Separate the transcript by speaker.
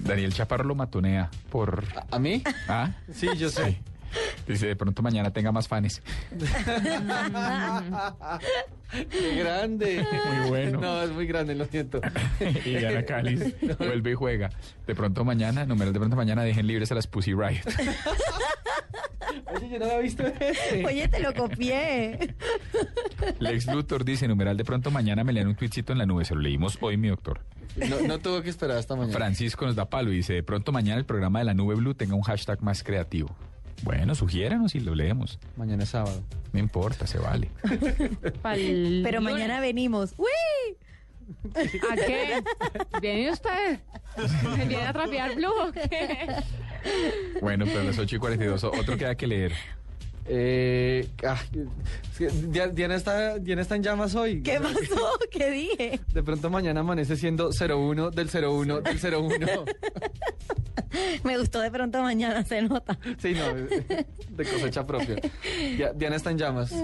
Speaker 1: Daniel Chaparro lo matonea por...
Speaker 2: ¿A mí?
Speaker 1: ¿Ah?
Speaker 2: Sí, yo sé.
Speaker 1: Dice, de pronto mañana tenga más fans.
Speaker 2: Qué grande.
Speaker 1: Muy bueno.
Speaker 2: No, es muy grande, lo siento.
Speaker 1: Y Diana Cáliz vuelve y juega. De pronto mañana, numeral de pronto mañana, dejen libres a las Pussy Riot.
Speaker 2: Oye, yo no había visto ese.
Speaker 3: Oye, te lo copié.
Speaker 1: Lex Luthor dice, numeral de pronto mañana me lean un tuitcito en la nube. Se lo leímos hoy, mi doctor.
Speaker 2: No, no tuvo que esperar hasta mañana.
Speaker 1: Francisco nos da palo y dice, de pronto mañana el programa de la nube blue tenga un hashtag más creativo. Bueno, sugiéranos y lo leemos.
Speaker 2: Mañana es sábado.
Speaker 1: No importa, se vale.
Speaker 4: Pa'l
Speaker 3: Pero
Speaker 4: lunes.
Speaker 3: mañana venimos. ¡Uy!
Speaker 4: ¿A qué? ¿Viene usted? ¿Me viene a trapear blue o qué?
Speaker 1: Bueno, pero a las 8 y 42, otro queda que leer.
Speaker 2: Eh, ah, es que Dia- Diana, está, Diana está en llamas hoy.
Speaker 3: ¿Qué pasó? ¿Qué dije?
Speaker 2: De pronto mañana amanece siendo 01 del 01 del 01.
Speaker 3: Me gustó de pronto mañana, se nota.
Speaker 2: Sí, no, de cosecha propia. Dia- Diana está en llamas.